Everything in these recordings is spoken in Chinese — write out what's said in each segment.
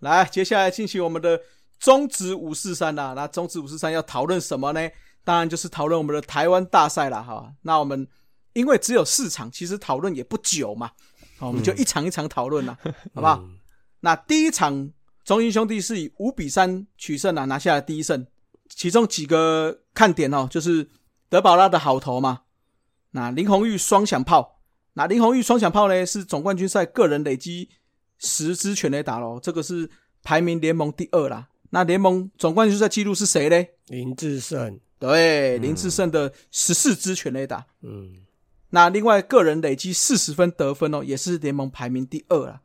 来，接下来进行我们的中职五四三啦。那中职五四三要讨论什么呢？当然就是讨论我们的台湾大赛啦。哈。那我们因为只有四场，其实讨论也不久嘛，好，我们就一场一场讨论啦，好不好？嗯那第一场中英兄弟是以五比三取胜啊，拿下了第一胜。其中几个看点哦，就是德保拉的好投嘛，那林红玉双响炮，那林红玉双响炮呢是总冠军赛个人累积十支全垒打咯，这个是排名联盟第二啦。那联盟总冠军赛纪录是谁嘞？林志胜，对，林志胜的十四支全垒打。嗯那另外个人累积四十分得分哦，也是联盟排名第二啦。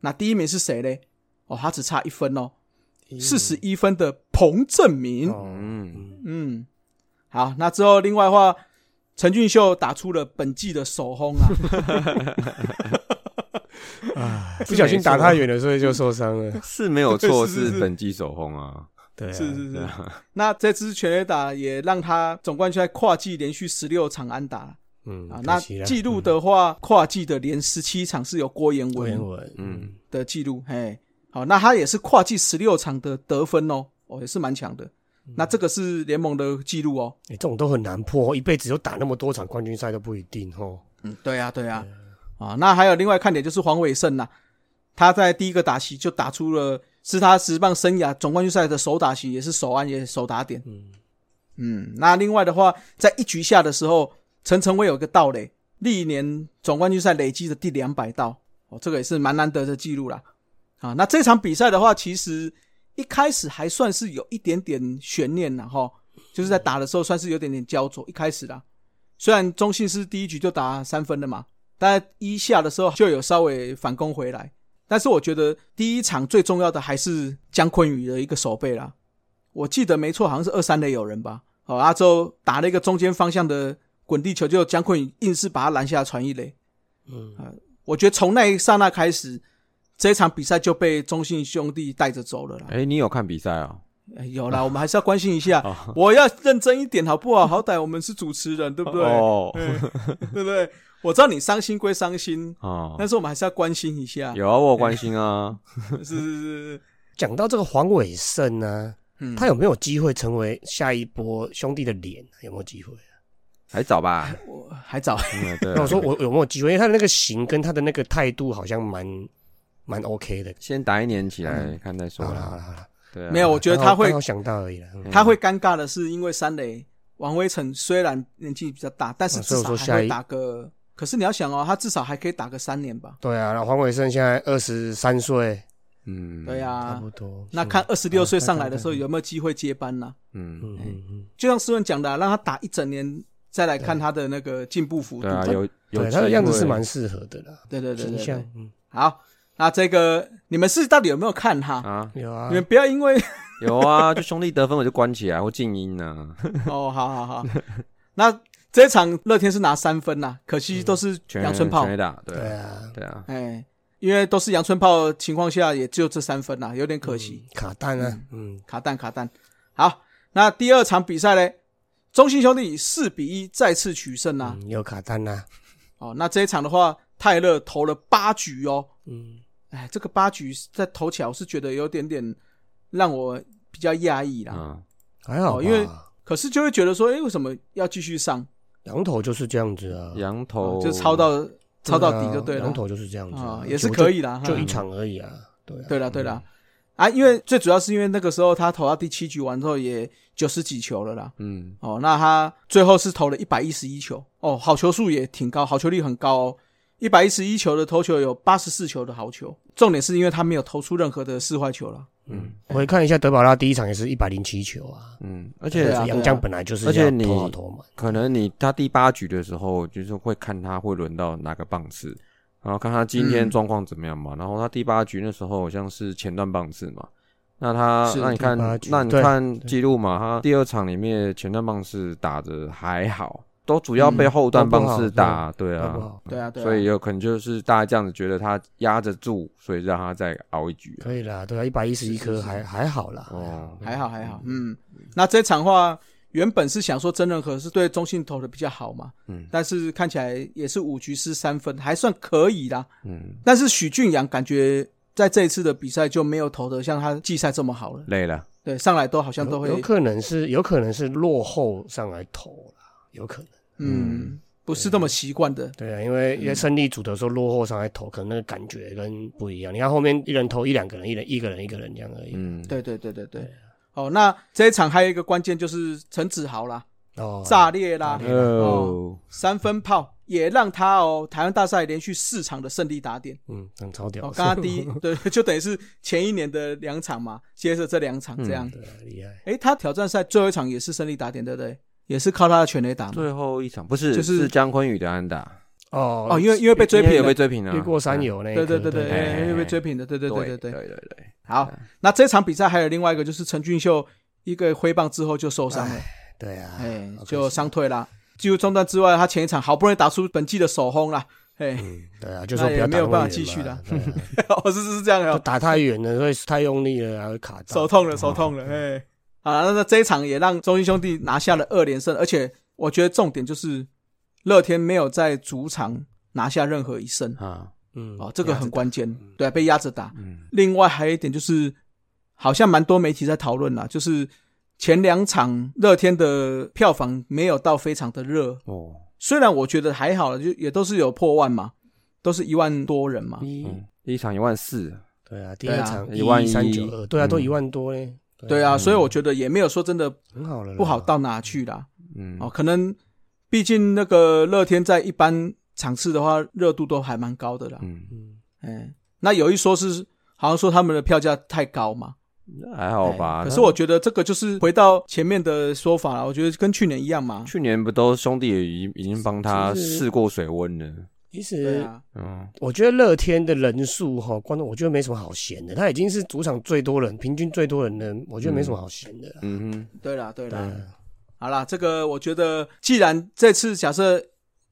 那第一名是谁嘞？哦，他只差一分哦，嗯四十一分的彭正明。嗯，嗯，好，那之后另外的话，陈俊秀打出了本季的首轰啊， 哎不小心打太远了，所以就受伤了。 是没有错，是是是是本季首轰啊。对啊，是是是。那这支全垒打也让他总冠军赛跨季连续十六场安打了嗯啊。那记录的话，跨季的连十七场是由郭彦郭文彦文，嗯嗯，的记录，嘿，好，那他也是跨季十六场的得分哦，哦，也是蛮强的。那这个是联盟的记录哦。哎，这种都很难破，一辈子就打那么多场冠军赛都不一定哦。嗯，对啊，对啊，啊，那还有另外看点就是黄伟胜呐、他在第一个打席就打出了是他职棒生涯总冠军赛的首打席，也是首安，也是首打点。嗯嗯，那另外的话，在一局下的时候，陈晨威有一个盗垒，历年总冠军赛累积的第两百盗，哦，这个也是蛮难得的记录啦。啊，那这场比赛的话，其实一开始还算是有一点点悬念啦，哈，就是在打的时候算是有点点焦灼，一开始啦。虽然中信是第一局就打三分的嘛，但一下的时候就有稍微反攻回来，但是我觉得第一场最重要的还是姜昆宇的一个守备啦。我记得没错，好像是二三垒有人吧。好、阿周打了一个中间方向的滚地球，就姜昆宇硬是把他拦下传一垒。啊嗯我觉得从那一刹那开始，这一场比赛就被中信兄弟带着走了啦。哎，你有看比赛啊？哎有啦，我们还是要关心一下，哦我要认真一点好不好？好歹我们是主持人，对不对？哦对不对？我知道你伤心归伤心，哦，但是我们还是要关心一下。有啊，我有关心啊。是是是是，讲到这个黄伟胜呢，嗯，他有没有机会成为下一波兄弟的脸？啊有没有机会？还早吧？我还早。嗯，对啊。那我说我有没有机会？因为他的那个型跟他的那个态度好像蛮蛮 OK 的。先打一年起来看再说好啦好啦。啦好啦，对啊，没有，我觉得刚他好会刚好想到而已啦。嗯他会尴尬的是，因为三垒王威成虽然年纪比较大，但是啊至所以我少说还下会一打个。可是你要想哦，他至少还可以打个三年吧？对啊，然后黄伟胜现在二十三岁，嗯，对差啊不，多。那嗯看二十六岁上来的时候嗯有没有机会接班呢、嗯，嗯嗯嗯，就像思文讲的啊、让他打一整年，再来看他的那个进步幅度对。啊，有哎有对，他的机样子会是蛮适合的啦，对对对形对象对。嗯好，那这个你们是到底有没有看哈？啊，有啊你。们不要因 为有啊， 就兄弟得分我就关起来或静音啊，哦，好好好，那这一场乐天是拿三分呐、可惜都嗯是全阳春炮全垒打，对对啊啊，对啊，哎，因为都是阳春炮的情况下，也只有这三分啦、有点可惜，嗯卡蛋啊，嗯，卡蛋卡蛋。好，那第二场比赛嘞，中信兄弟四比一再次取胜啦、嗯有卡蛋啊，哦，那这一场的话，泰勒投了八局哦，嗯，哎，这个八局在投起来，我是觉得有点点让我比较讶异啦。嗯，还好哦吧，因为可是就会觉得说，哎，为什么要继续上？哦羊头就是这样子啊，羊头就超啊到超到底就对对啊了羊。头就是这样子啊啊，，也是就可以啦，就哈一场而已啊，对啊，对了，对了，嗯啊，因为最主要是因为那个时候他投到第七局完之后也九十几球了啦。嗯，哦，那他最后是投了一百一十一球，哦，好球数也挺高，好球率很高哦，一百一十一球的投球有八十四球的好球。重点是因为他没有投出任何的四坏球了。嗯，我一看一下德保拉第一场也是一百零七球啊，嗯，而对且啊杨将本来就是而且要你投好投嘛，可能你他第八局的时候，就是会看他会轮到哪个棒次，然后看他今天嗯状况怎么样嘛。然后他第八局那时候好像是前段棒次嘛，那他是那你看第八局那你对看记录嘛，他第二场里面前段棒次打的还好，都主要被嗯后段棒次都不好打，对好不啊，好？对啊，对啊，所以有可能就是大家这样子觉得他压着住，所以让他再熬一局啊。可以啦，对啊，一百一十一颗还还好啦，哦，还好还好，嗯。那这场话原本是想说曾仁和是对中信投的比较好嘛，嗯但是看起来也是五局失三分，还算可以啦。嗯，但是许俊阳感觉在这一次的比赛就没有投的像他季赛这么好了。累了，对，上来都好像都有有会，可能是有可能是落后上来投啦，有可能。嗯，不是这么习惯的。对啊，因为嗯因为胜利组的时候落后上来投，可能那个感觉跟不一样。你看后面一人投一两个人，一人一个人一个人这样而已。嗯，对对对对对。哦，那这一场还有一个关键就是陈子豪啦，哦，炸裂啦，哦，三分炮也让他哦，台湾大赛连续四场的胜利打点。嗯，很超屌哦，，刚 刚第一对， 就等于是前一年的两场嘛，接着这两场这样。对啊，厉害。诶，他挑战赛最后一场也是胜利打点，对不对？也是靠他的全垒打嘛。最后一场不是就是是江坤宇的安打，哦哦，因为因为被追因为平有了被，追平了，越过山游那一对刻对对对，哎诶因为被追平的，对对嗯，对对对对。对对对，好，那这场比赛还有另外一个就是陈俊秀一个挥棒之后就受伤了，对啊，哎好可，惜就伤退啦。技术中断之外，他前一场好不容易打出本季的首轰啦，哎，嗯，对啊，就说那也不要打没有那么办法远继嘛续的 对啊哦，是是是这样就哦，打太远了，所以太用力了，还会卡到手痛了，手痛了，哎，好啦，那那这一场也让中信兄弟拿下了二连胜，而且我觉得重点就是乐天没有在主场拿下任何一胜啊，嗯，哦，这个很关键嗯，对，被压着打。嗯，另外还有一点就是，好像蛮多媒体在讨论啦，就是前两场乐天的票房没有到非常的热，哦，虽然我觉得还好，就也都是有破万嘛，都是一万多人嘛。一，嗯第一场一万四，对啊，第对二啊场一万一三九二，对啊，嗯都一万多嘞，对嗯啊，所以我觉得也没有说真的很好了啦，不好到哪去啦。嗯，哦，可能毕竟那个乐天在一般场次的话，热度都还蛮高的啦。嗯，嗯，嗯，那有一说是好像说他们的票价太高嘛，哎还好吧。可是我觉得这个就是回到前面的说法了，我觉得跟去年一样嘛。去年不都兄弟也已经已经帮他就是试过水温了，其对实啊，嗯，我觉得乐天的人数哈，观众我觉得没什么好闲的，他已经是主场最多人，平均最多人的，我觉得没什么好闲的啦。嗯哼，对啦，对对啦。啊，好啦，这个我觉得，既然这次假设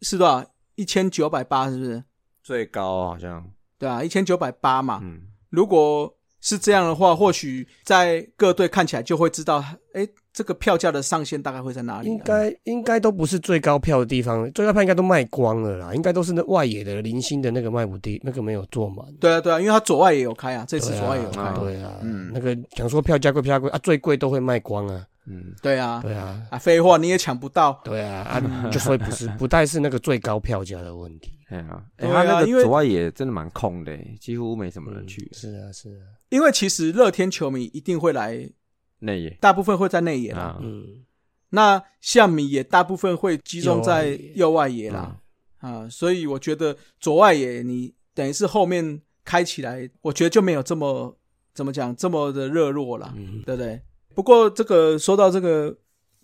是多少一千九百八，是不是？最高好像，对啊，一千九百八嘛。嗯，如果是这样的话，或许在各队看起来就会知道，哎，这个票价的上限大概会在哪里啊、应该应该都不是最高票的地方，最高票应该都卖光了啦，应该都是那外野的零星的那个卖不低，那个没有坐满。对啊，对啊，因为他左外也有开啊，这对次啊左外也有开。对啊，嗯那个想说票价贵票价贵啊，最贵都会卖光啊，嗯，对啊，对啊，啊，废话你也抢不到。对啊，啊，就所以 不是不但是那个最高票价的问题，哎呀，哎，对啊他那个因为左外野真的蛮空的，几乎没什么人去嗯是啊是啊，因为其实乐天球迷一定会来，内野大部分会在内野啦。啊，嗯，那夏米也大部分会集中在右外野啦嗯，啊，所以我觉得左外野你等于是后面开起来，我觉得就没有这么怎么讲这么的热络啦，嗯对不对？不过这个说到这个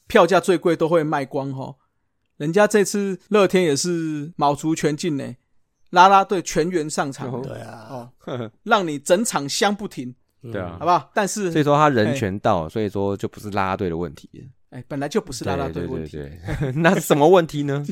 票价最贵都会卖光哈，人家这次乐天也是卯足全劲呢，啦啦队全员上场，哦对啊，哦，让你整场香不停，嗯对啊好不好？但是所以说他人全到，所以说就不是拉拉队的问题，哎，本来就不是啦啦队对问对题。对，对 那是什么问题 呢？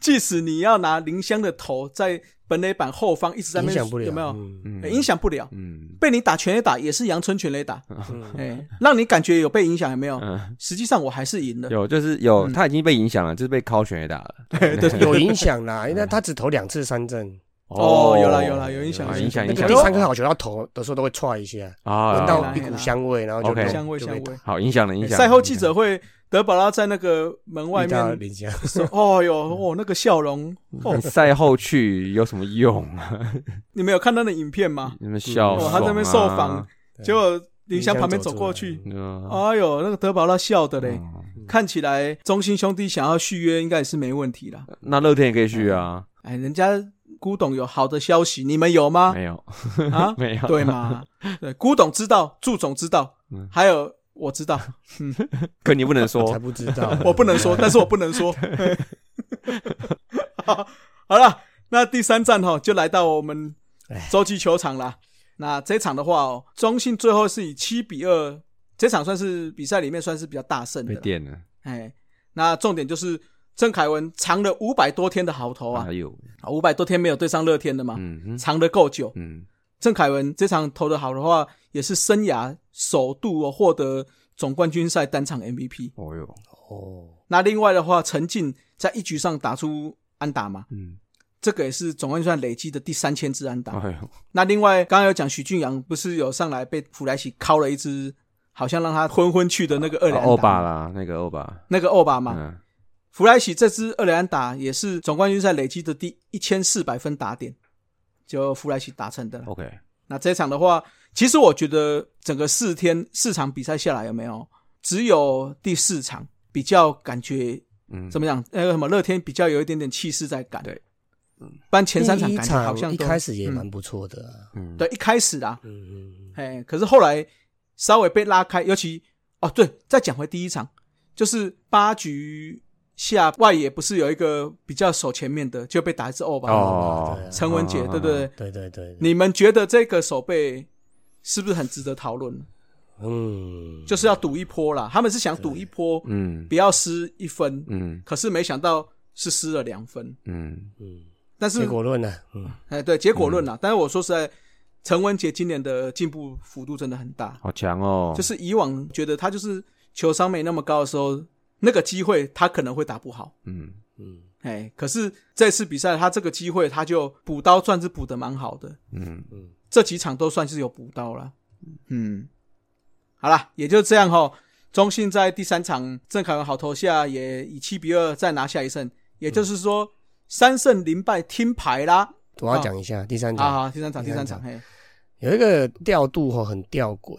即使你要拿林香的头在本垒板后方一直在那影响不边，了，有没有？嗯哎嗯影响不了，嗯被你打全垒打也是阳春全垒 打，嗯哎，让你感觉有被影响，有没有？嗯，实际上我还是 赢了，有就是有，嗯他已经被影响了，就是被敲全垒打了。 有影响啦，因为嗯他只投两次三振，哦有啦有啦有影响啊有影响那影个响。第三颗好球要投的时候都会踹一下，啊，闻来到来一股香味，然后就 OK 就香味就香被味。好影响了影响了。哎赛后记者会，德保拉在那个门打外遇到面 林香，说：“哦哟，哦那个笑容，哦你，赛后去有什么用啊？你们有看他的影片吗你们笑哦爽啊他在那边受访，对？”结果林香林香旁边走走过出来去，嗯哎呦，那个德保拉笑的嘞，嗯看起来中信兄弟想要续约应该也是没问题啦。那乐天也可以去啊，哎，人家古董有好的消息，你们有吗？没有，啊 没有，对吗？对，古董知道，祝总知道嗯，还有我知道，可你不能 ，我才说，不知道 我不能说，但是我不能说。 好好了，那第三站哈、就来到我们哎洲际球场啦。那这场的话、哦，中信最后是以七比二，这场算是比赛里面算是比较大胜的被啦。电了，哎，那重点就是郑凯文藏了五百多天的好投啊哎，呦，五百多天没有对上乐天的嘛，嗯哼藏得够久。嗯，郑凯文这场投的好的话，也是生涯首度哦获得总冠军赛单场 MVP。哦呦，哦，那另外的话，陈进在一局上打出安打嘛，嗯，这个也是总冠军赛累积的第三千支安打。哎呦，那另外，刚刚有讲许俊阳不是有上来被普莱西敲了一支，好像让他昏昏去的那个二连啊安打欧巴啦，那个欧巴，那个欧巴嘛。嗯，弗莱喜这支二连安打也是总冠军赛累积的第一千四百分打点，就弗莱喜达成的了。 OK，那这场的话，其实我觉得整个四天四场比赛下来，有没有只有第四场比较感觉嗯，怎么讲？那个什么乐天比较有一点点气势在赶，对，嗯，不然前三场第一感觉好像场一都开始也嗯蛮不错的啊、嗯，对，一开始啦，嗯，嗯哎，可是后来稍微被拉开，尤其哦，对，再讲回第一场，就是八局下外野不是有一个比较守前面的，就被打一支欧吧？哦，陈文杰，啊对不对？对对对，你们觉得这个手背是不是很值得讨论？嗯，就是要赌一波啦，他们是想赌一波，嗯不要失一分，嗯可是没想到是失了两分，嗯，嗯，但是结果论呢、嗯，哎，对，结果论啦。但是我说实在，陈文杰今年的进步幅度真的很大。好强哦，就是以往觉得他就是球商没那么高的时候，那个机会他可能会打不好，嗯哎，可是这次比赛他这个机会他就补刀算是补的蛮好的，嗯这几场都算是有补刀了，嗯，好啦，也就这样哈。中信在第三场郑凯文好投下也以七比二再拿下一胜，也就是说三胜零败听牌啦。我要讲一下、第三啊，场好第三场，第三场，嘿，有一个调度哈、很吊诡，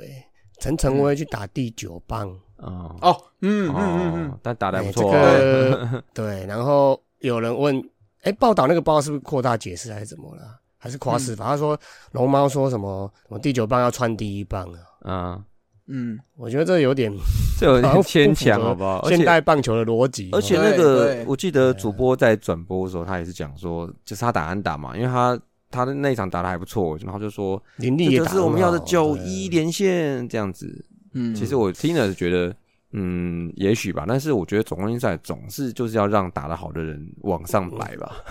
陈诚威去打第九棒，哦哦，嗯嗯嗯嗯，哦，但打的哎不这错哦， 个对，然后有人问，哎、报道那个报是不是扩大解释还是怎么了？还是夸嗯饰法？他说龙猫说什么？我第九棒要穿第一棒啊？嗯，嗯，我觉得这有点这有好像点牵强不符合好不好？而现且代棒球的逻辑哦，而且对那个对，我记得主播在转播的时候，他也是讲说，就是他打安打嘛，因为他他的那一场打的还不错，然后就说林这立也就打是我们要的九一。一连线这样子。嗯，其实我听了是觉得，嗯，也许吧，但是我觉得总冠军赛总是就是要让打得好的人往上来吧。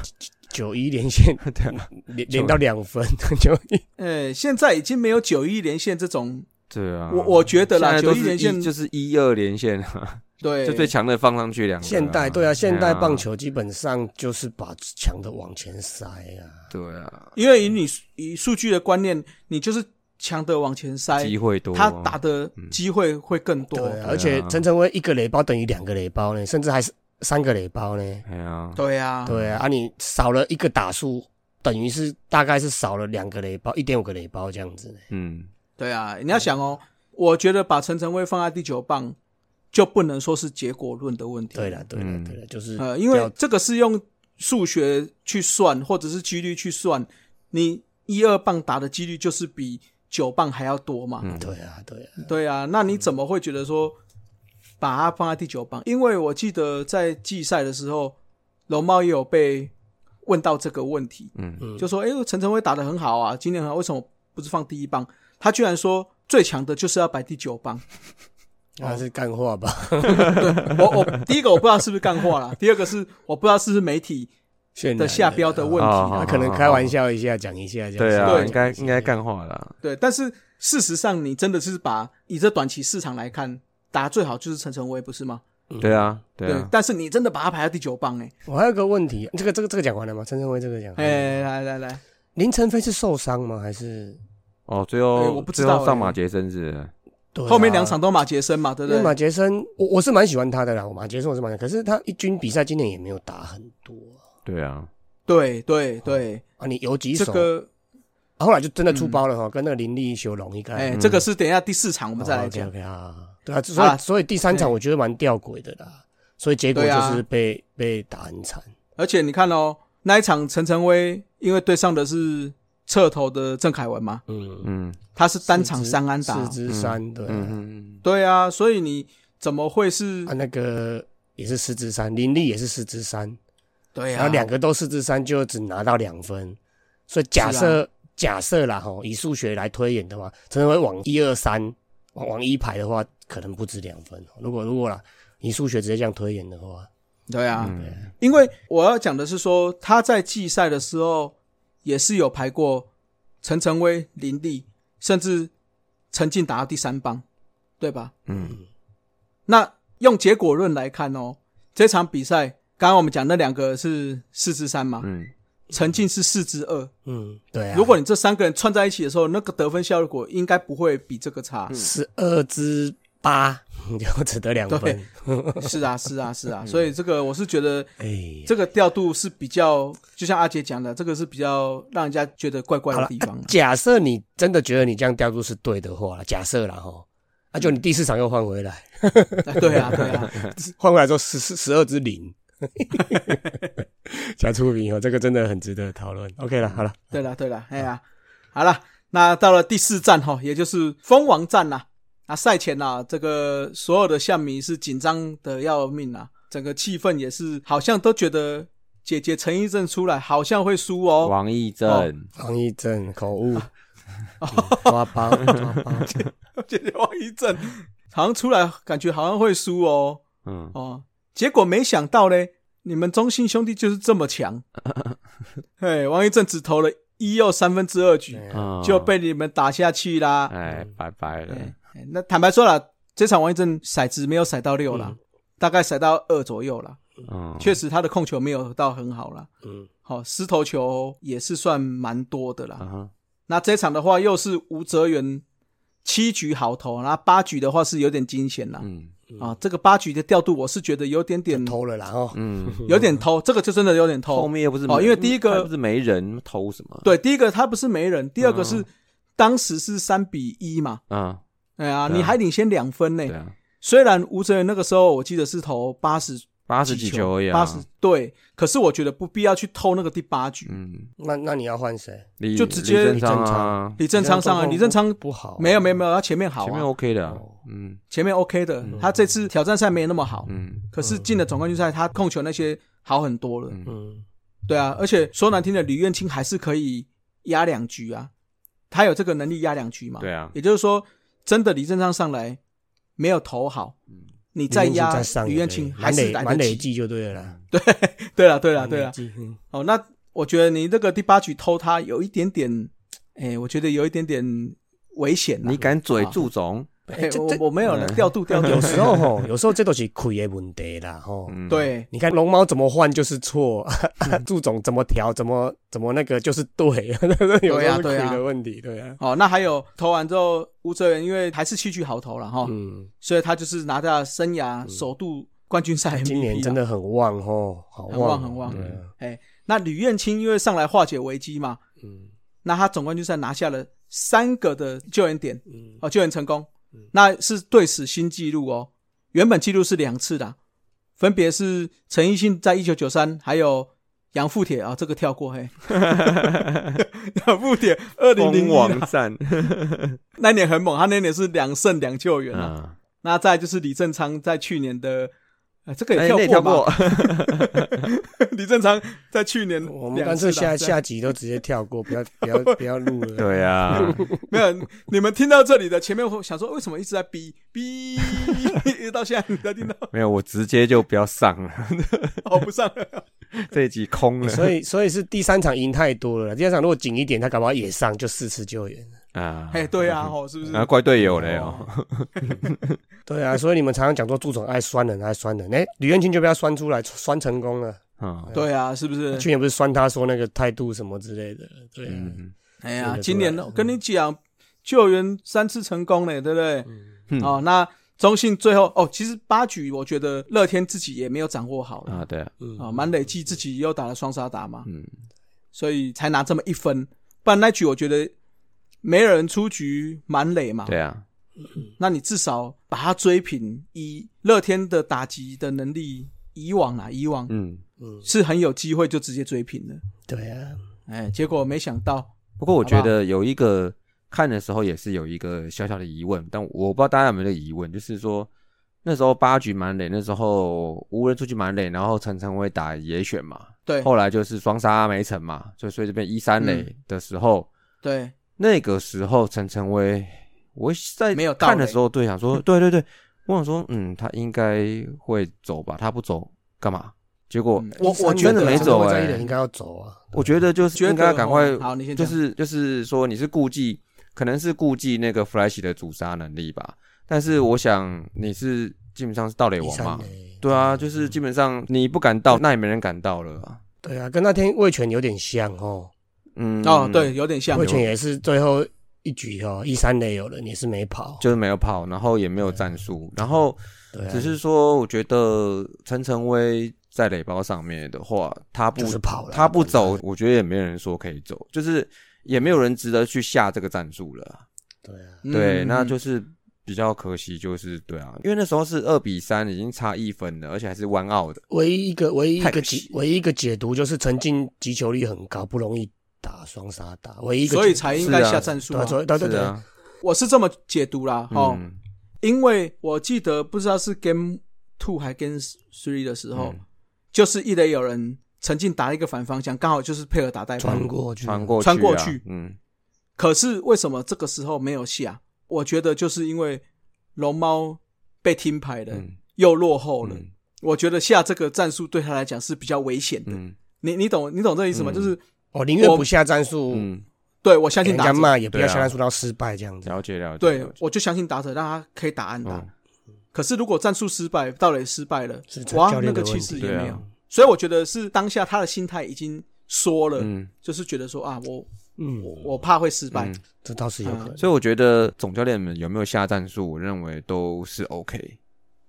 九一连线， 对啊，连连到两分， 九一呃，现在已经没有九一连线这种，对啊，我我觉得啦现在都是九一连线就是一二连线啊，对，就最强的放上去两个啊。现代对啊，现代棒球基本上就是把强的往前塞啊，对啊，因为以你以数据的观念，你就是强的往前塞，机会多，哎啊他打的机会会更多。对对啊，而且陈晨威一个垒包等于两个垒包呢，甚至还是三个垒包呢，哎呀，啊，对啊，啊你少了一个打数，等于是大概是少了两个垒包，一点五个垒包这样子呢，嗯，对啊，你要想哦，我觉得把陈晨威放在第九棒，就不能说是结果论的问题。对了，对了嗯，对了，就是呃，因为要这个是用数学去算，或者是几率去算，你一二棒打的几率就是比九棒还要多嘛。嗯对啊，对啊，对啊，那你怎么会觉得说把它放在第九棒？因为我记得在季赛的时候，龙猫也有被问到这个问题，嗯，就说：“哎、陈晨威打得很好啊，今年很好，为什么不是放第一棒？”他居然说：“最强的就是要摆第九棒。那是干话吧， 我”我第一个我不知道是不是干话啦，第二个是我不知道是不是媒体渲染 的下标的问题哦啦好啊他可能开玩笑一下，讲一下这样子，对啊，对应该应该干话啦。对，但是事实上，你真的是把以这短期市场来看，打得最好就是陈晨威，不是吗？对啊，对啊，但是你真的把他排到第九棒、欸，我还有个问题，这个这个这个讲完了吗？陈晨威这个讲完嗯哎、了，来来来，林晨飞是受伤吗？还是哦，最哎后我不知最道后上哎马杰生日，对啊后面两场？都马杰森嘛，对因不为对？马杰森，我我是蛮喜欢他的啦，我马杰森我是蛮喜欢，可是他一军比赛今年也没有打很多对啊，对对对，啊，你有几这手？个啊后来就真的出包了哈，跟那个林立修龙一开，嗯哎，嗯这个是等一下第四场我们再来讲。 OK 啊，对啊，所好啦以所以第三场哎我觉得蛮吊诡的啦，所以结果对就啊是被被打很惨，而且你看哦，那一场陈晨威因为对上的是侧头的郑凯文嘛，嗯，嗯他是单场三安打四哦。支三，对啊，嗯对啊，所以你怎么会是啊？那个也是四支三，林立也是四支三，对然啊？后两个都四支三，就只拿到两分。所以假设、啊假设啦，吼，以数学来推演的话，陈晨威往一二三，往往一排的话，可能不止两分。如果如果啦，以数学直接这样推演的话，对啊，嗯因为我要讲的是说他在季赛的时候也是有排过陈晨威、林立，甚至陈进打到第三棒，对吧？嗯那用结果论来看哦，这场比赛刚刚我们讲那两个是四支三嘛，嗯陈进是四之二。嗯，对啊。如果你这三个人串在一起的时候，那个得分效果应该不会比这个差。十二支八， 你就只得两分。是啊，是啊，嗯是啊。所以这个我是觉得哎呀，这个调度是比较，就像阿杰讲的，这个是比较让人家觉得怪怪好的了地方。假设你真的觉得你这样调度是对的话啦，假设啦哈，那、就你第四场又换回来，啊 对啊，对啊。换回来之后十十十二支零， 假出名哦，这个真的很值得讨论。OK 嗯了，好了，对了对了，哎呀、好了，那到了第四站哈，也就是封王战啦。啊，赛前啊，这个所有的象迷是紧张的要命啊，整个气氛也是好像都觉得姐姐陈一正出来好像会输哦。王义正、哦王一正口误，啊嗯抓包抓 包， 姐姐王一正好像出来感觉好像会输哦嗯，哦，结果没想到嘞，你们中信兄弟就是这么强。嘿，王一正只投了一又三分之二哎局，嗯就被你们打下去啦。哎拜拜了，哎哎那坦白说了，这场王一正骰子没有骰到六啦，嗯大概骰到二左右啦。嗯，确实他的控球没有到很好啦，嗯，好、失头球也是算蛮多的啦。嗯哼那这场的话，又是吴哲源七局好投，然后八局的话是有点惊险啦。嗯啊，这个八局的调度我是觉得有点点偷了啦哦，嗯，有点偷，这个就真的有点偷。后面又不是哦没因为第一个他不是没人偷什么，，对，第一个他不是没人，第二个是、嗯当时是三比一嘛，嗯，哎呀、对啊你还领先两分呢对。啊，虽然吴哲源那个时候我记得是投八十八十几球而已啊，八十对。可是我觉得不必要去偷那个第八局。嗯，那那你要换谁？李就直接李正昌啊，李正昌上来，李李正昌不好，啊没有没有没有，他前面好、啊，前面 OK 的啊，嗯前面 OK 的，他这次挑战赛没那么好，嗯可是进了总冠军赛，他控球那些好很多了。嗯嗯，对啊，而且说难听的，李愿清还是可以压两局啊，他有这个能力压两局嘛。对啊也就是说，真的李正昌上来没有投好，嗯你再李彦清压再上李也可以愿清还满是累来满得累及。计就对了啦，对了对了啊对了满，累计， 嗯哦，那我觉得你这个第八局偷他有一点点，哎、我觉得有一点点危险啦你敢嘴啊祝总？哎这我这我没有嗯了，调度调度， 有时候吼，有时候这都是亏的问题啦吼。嗯，对你看龙猫怎么换就是错，嗯 祝总怎么调怎么怎么那个就是对， 有时候是对亏啊的问题，对啊。哦，那还有投完之后，吴哲源因为还是七局好投了哈，嗯，所以他就是拿下生涯首度冠军赛 MVP 啦哎今年真，的很旺吼，好很旺哦很旺对啊哎，那吕彦清因为上来化解危机嘛，嗯那他总冠军赛拿下了三个的救援点嗯哦，救援成功，那是队史新纪录哦，原本纪录是两次的，分别是陈奕迅在一九九三，还有。杨富铁啊，这个跳过嘿， 杨富铁二零零封王一 战，那年很猛，他那年是两胜两救援啊，嗯，那再来就是李正昌在去年的，呃，这个 哎，也那也跳跳过过吧。，李正昌在去年我们两干次脆啦对下啊下集都直接跳过，不要 不要不要录了。对啊，没有你们听到这里的前面会想说为什么一直在逼逼， 到现在你在听到没有，我直接就不要上了， 哦不上了，这一集空了所以所以是第三场赢太多了啦，第三场如果紧一点，他搞不好也上就四次救援。啊，哎对啊哦是不是？啊，怪队友嘞哦，对 啊，所以你们常常讲说祝总爱酸人，爱酸人，哎、吕彦清就被他酸出来，酸成功了。嗯对啊是不是？去年不是酸他说那个态度什么之类的，对啊，嗯，哎呀对对今年我跟你讲救援三次成功嘞，对不对？嗯哦那中信最后哦其实八局我觉得乐天自己也没有掌握好了啊，对啊，嗯啊，满、垒季自己又打了双杀打嘛，嗯，所以才拿这么一分。不然那局我觉得没人出局满垒嘛，对啊，那你至少把它追平。以乐天的打击的能力，以往啊，以往、嗯，嗯，是很有机会就直接追平的。对啊，哎，结果没想到，不过我觉得有一个看的时候也是有一个小小的疑问，但我不知道大家有没有这个疑问，就是说那时候八局满垒，那时候无人出去满垒，然后陈晨威打野选嘛，对嗯后来就是双杀没成嘛，所以所以这边一三垒的时候，对那个时候陈晨威，我在没有到看的垒时候，对，想说，对对对，我想说，嗯，他应该会走吧，他不走干嘛？结果、嗯我我觉真的得没啊走哎、哎、应该要走啊，我觉得就是觉得应该赶快哦，好，你先就讲，是就是说你是顾忌，可能是顾忌那个 Flash 的主杀能力吧。但是我想你是基本上是盗垒嗯第王三嘛，垒，对啊，就是基本上你不敢到，那也没人敢到了啊。对啊，跟那天魏权有点像哦，嗯，哦，对，，有点像魏，权也是最后一局哦，一三垒有人也是没跑，就是没有跑，然后也没有战术，然后对啊，只是说，我觉得陈晨威在垒包上面的话，他不、就是跑了，他不走，我觉得也没有人说可以走，就是也没有人值得去下这个战术了啊。对啊，嗯对，那就是比较可惜，就是对啊，因为那时候是二比三，已经差一分了，而且还是弯奥的。唯一一个唯一一太个可解惜唯一一个解读就是陈进击球率很高，不容易打双杀打，唯一一个嗯所以解才应该是啊下战术对啊啊。所以对对是对，啊，我是这么解读啦，哦，嗯因为我记得不知道是 Game Two 还 Game Three 的时候，嗯就是一垒有人曾经打了一个反方向，刚好就是配合打带跑穿。过去，穿过去、啊，穿过去嗯，可是为什么这个时候没有下？我觉得就是因为龙猫被听牌了，嗯又落后了。嗯我觉得下这个战术对他来讲是比较危险的。嗯你你懂你懂这意思吗？嗯就是我哦宁愿不下战术，嗯，对我相给信人打家者，骂也不要对啊啊下战术到失败这样子。了解了解，对了解我就相信打者，让他可以打安打。嗯可是如果战术失败，到底失败了是，哇教，那练个的问其实题，也对啊没有。所以我觉得是当下他的心态已经缩了，嗯，就是觉得说啊，我嗯，我怕会失败。嗯这倒是有可能。所以我觉得总教练们有没有下战术，我认为都是 OK。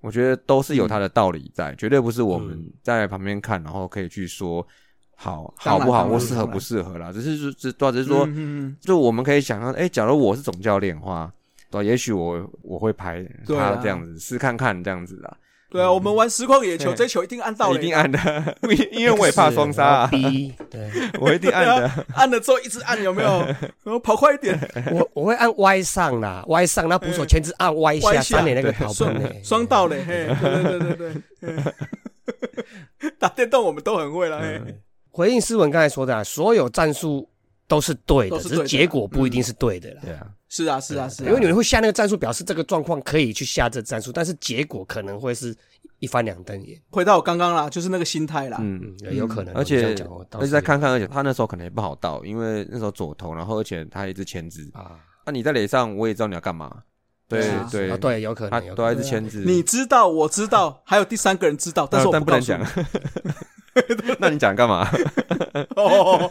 我觉得都是嗯有他的道理在，绝对不是我们嗯在旁边看，然后可以去说好当好然不好当或然适合当然不适合啦。只是说只对啊只是说，嗯嗯就我们可以想象，哎，假如我是总教练的话，对啊，也许我我会排对啊他这样子试看看这样子啦，对啊，我们玩实况野球，对这球一定按到一了，定按的， 因为我也怕双杀啊是，然后逼对， 我一定按的。啊按了之后一直按，有 没有？然后跑快一点，我我会按 Y 上啦，Y 上，那捕手全是按 Y 歪下，下三垒那个跑欸分嘞双，双到嘞，嘿，对对对对对， 打电动我们都很会了，嘿，嗯回应斯文刚才说的啊，所有战术都是对的，都是只对的是结果不一定是对的啦。嗯对啊，是啊是啊是因为啊，你们会下那个战术，表示这个状况可以去下这战术，但是结果可能会是一翻两瞪眼。回到我刚刚啦，就是那个心态啦，嗯嗯，有可能。而你这且样讲我倒而且是再看看，而且他那时候可能也不好到，因为那时候左投，然后而且他一直牵制。啊，那、你在垒上，我也知道你要干嘛。对是啊对啊，对，有可他能，有都可还能是牵制。你知道，我知道，还有第三个人知道，但但是我但不不能告诉讲你。。那你讲 干嘛？ 哦，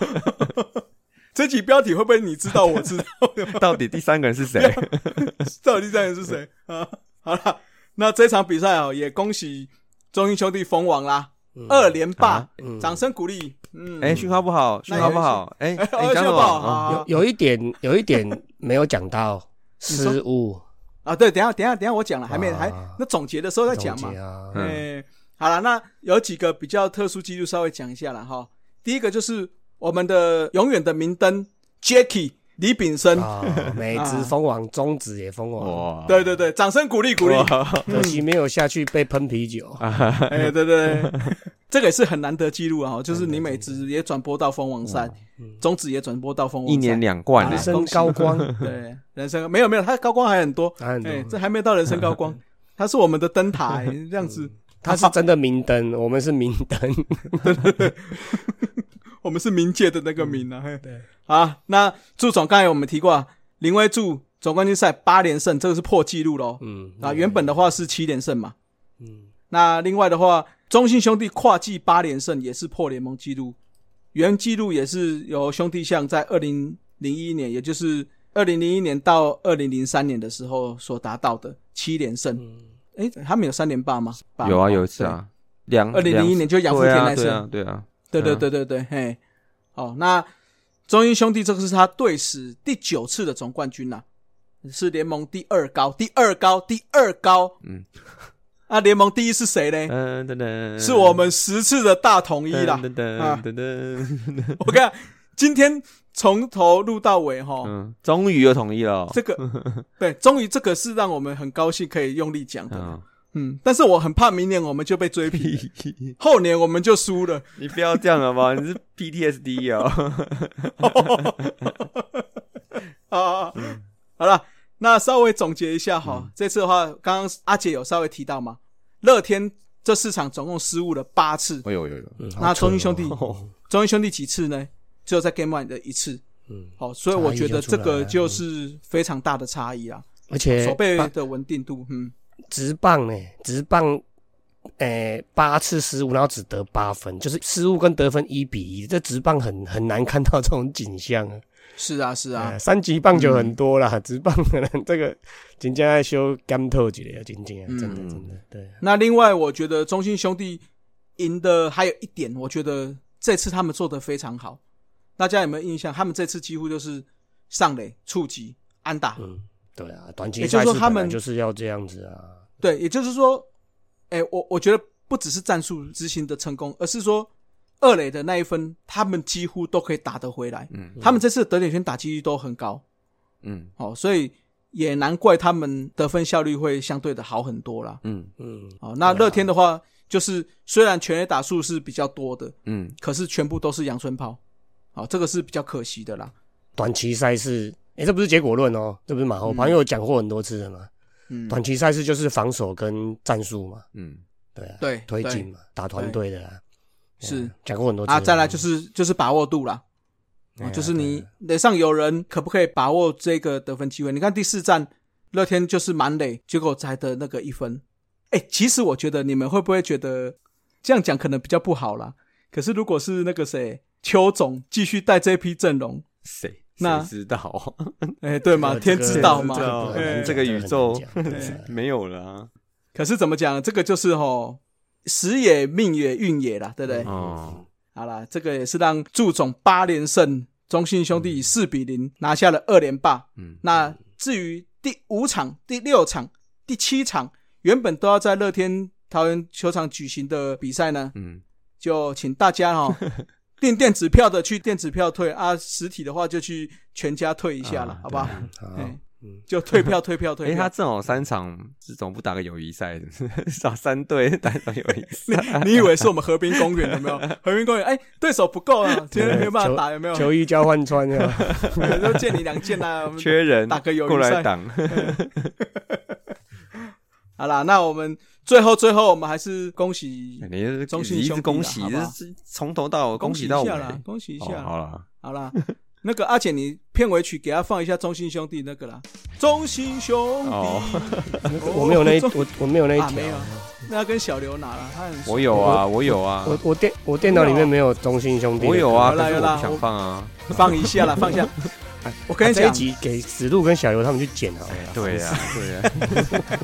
这集标题会不会你知道我知道？ 到底第三个人是谁？到底这人是谁 啊？好了，那这场比赛啊、哦，也恭喜中英兄弟封王啦，二连霸啊，嗯掌声鼓励。嗯，哎，讯号不好，讯号不好。哎， 哎哎哦你讲什讯号不么？好啊好好有有一点，有 一点没有讲到失误，啊，对，等一下等一下等一下我讲了，还没啊还那总结的时候再讲嘛总结。啊，嗯哎，好了，那有几个比较特殊记录稍微讲一下了哈。第一个就是我们的永远的明灯 Jacky 李炳生，啊，美职封王，中职也封王，哇，对对对，掌声鼓励鼓励。可惜没有下去被喷啤酒。哎、对对 对，这个也是很难得记录啊，就是你美职也转播到蜂王山，嗯中职也转播到蜂王山，一年两冠啊呢人。生高光，对人生没有没有，他高光还很多，还很多哎这还没到人生高 光，他是我们的灯塔、哎这样子，他是真的明灯，我们是明灯。我们是冥界的那个冥啊，嘿，对，啊，那祝总刚才我们提过、啊，林威祝总冠军赛八连胜，这个是破纪录喽， 嗯，啊，原本的话是七连胜嘛，嗯，那另外的话，中信兄弟跨季八连胜也是破联盟纪录，原纪录也是由兄弟象在二零零一年，也就是二零零一年到二零零三年的时候所达到的七连胜。诶，他们有三连霸吗？霸嗯有啊，有一次。啊，两2001年就养父对啊田来生对啊，对啊，对对对对对，嘿，哦，那中英兄弟这个是他队史第九次的总冠军啦、是联盟第二高，第二高，第二高。 嗯，呃那联盟第一是谁呢？噔噔噔，是我们十次的大统一啦。噔噔噔噔噔，我跟你讲，今天从头录到尾哈，嗯，终于又同意了哦。 这个对，终于这个是让我们很高兴可以用力讲的。嗯，嗯，但是我很怕明年我们就被追平了， 后年我们就输了。你不要这样好不好？你是 PTSD 哦。啊，嗯好了，那稍微总结一下哈，这次的话，刚刚阿姐有稍微提到嘛，乐天这四场总共失误了八次，哎呦呦呦，嗯那中英兄，好弟， 中英兄弟几次呢？只有在 Game One 的一次。扯哦嗯，好，所以我觉得差异就这出来个了嗯就是非常大的差异啦。啊而且手背棒的稳定度，嗯，直棒呢，直棒诶八次失误，然后只得八分，就是失误跟得分一比一，这职棒很很难看到这种景象啊。是啊，是啊嗯呃，三级棒球很多啦， 职、棒可能这个真正要修干透级的，真正啊，真的嗯真的对。啊那另外，我觉得中信兄弟赢的还有一点，我觉得这次他们做的非常好。大家有没有印象？他们这次几乎就是上垒、触及、安打。嗯，对啊，短期也就是赛说事他本来们就是要这样子啊。对，也就是说，哎、我我觉得不只是战术执行的成功，而是说二垒的那一分，他们几乎都可以打得回来。嗯他们这次的得点圈打击率都很高，嗯哦，所以也难怪他们得分效率会相对的好很多啦。嗯嗯，哦，那乐天的话，就是虽然全垒打数是比较多的，嗯，可是全部都是阳春炮，好、这个是比较可惜的啦。短期赛事，诶、这不是结果论哦，这不是马后炮，嗯因为我讲过很多次了嘛。嗯，短期赛事就是防守跟战术嘛，嗯对啊，对推对进嘛，打团队的啊，对啊是讲过很多次啊，了。再来就是就是把握度啦，嗯哦哎呀，就是你对啊垒上有人，可不可以把握这个得分机会？你看第四站，乐天就是满垒，结果才得那个一分。哎、其实我觉得你们会不会觉得这样讲可能比较不好啦？可是如果是那个谁邱总继续带这批阵容，谁那谁知道？哎、对吗？这天个知道嘛嘛这。个很难这个讲宇很难宙讲对啊没有了啊。可是怎么讲，这个就是吼时也命也运也啦，对不对？嗯哦，好啦，这个也是让祝总八连胜，中信兄弟以四比零拿下了二连霸。嗯那至于第五场、第六场、第七场，原本都要在乐天桃园球场举行的比赛呢，嗯就请大家 哦订电子票的去电子票退啊，实体的话就去全家退一下了，啊好不好？好嗯，，嗯就退票、退票、退哎，票。他正好三场是总部打个友谊赛，找三队打一场友谊赛。 你以为是我们河滨公园有没有？ 河滨公园哎、对手不够 啊，今天没有办法打有没有？球衣交换穿啊， 就借你两件啦、我们 缺人，打个友谊赛过来 挡。好啦，那我们最后最后，我们还是恭喜你是中信你一兄弟直啦恭喜好，不这好是从头到尾恭哎喜一到尾下。啦，恭喜一下哦，啦。好了，好啦， 那个阿姐，你片尾曲给他放一下中信兄弟那个啦，中信兄哦弟，我没有那一中我我没有那一啊条没有，那要跟小刘拿了，他很 我有啊，我有啊，我我电我电脑里面没有中信兄弟，我有啊，有啦可是有我啦不想放啊。放一下啦，放一下。我跟啊你这一讲，集给子路跟小刘他们去剪好 哎了。对啊， 对啊，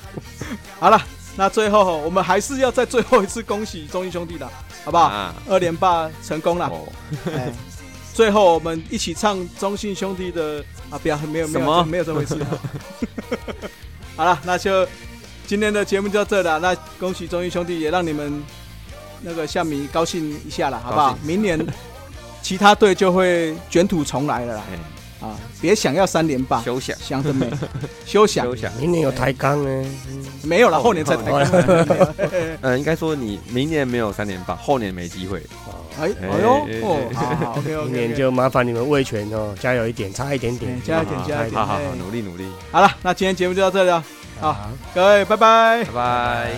好了，那最后吼我们还是要再最后一次恭喜中信兄弟的，好不好？啊，二连霸成功了。哦，哎，最后我们一起唱中信兄弟的啊，不要，没有没什么有没有这回事。啊 好了，那就今天的节目就到这了。那恭喜中信兄弟，也让你们那个夏米高兴一下了，好不好高？明年其他队就会卷土重来了啦哎，啊！别想要三连霸，休想，想得美，啊休想休想。明年有抬杠呢，没有了，哦后年才哦抬杠。呃，应该说你明年没有三连霸，后年没机会。哎哎哎呦哦，哎好好，OK 明 OK，年就麻烦你们味全哦，加油一点，差一点点哎，加一点好加一点好好好，哎努力努力，好了，那今天节目就到这里了，好好，各位拜拜拜。拜。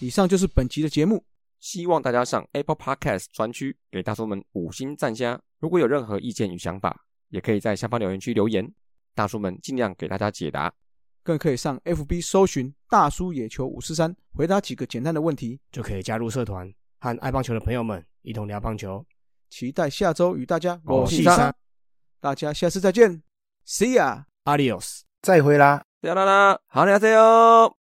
以上就是本集的节目。希望大家上 Apple Podcast 专区给大叔们五星赞加。如果有任何意见与想法，也可以在下方留言区留言，大叔们尽量给大家解答。更可以上 FB 搜寻“大叔野球五四三”，回答几个简单的问题。就可以加入社团，和爱棒球的朋友们一同聊棒球。期待下周与大家我是三三大家下次再见，See ya。 Adios，再会啦。啦啦啦，好，你好，加油！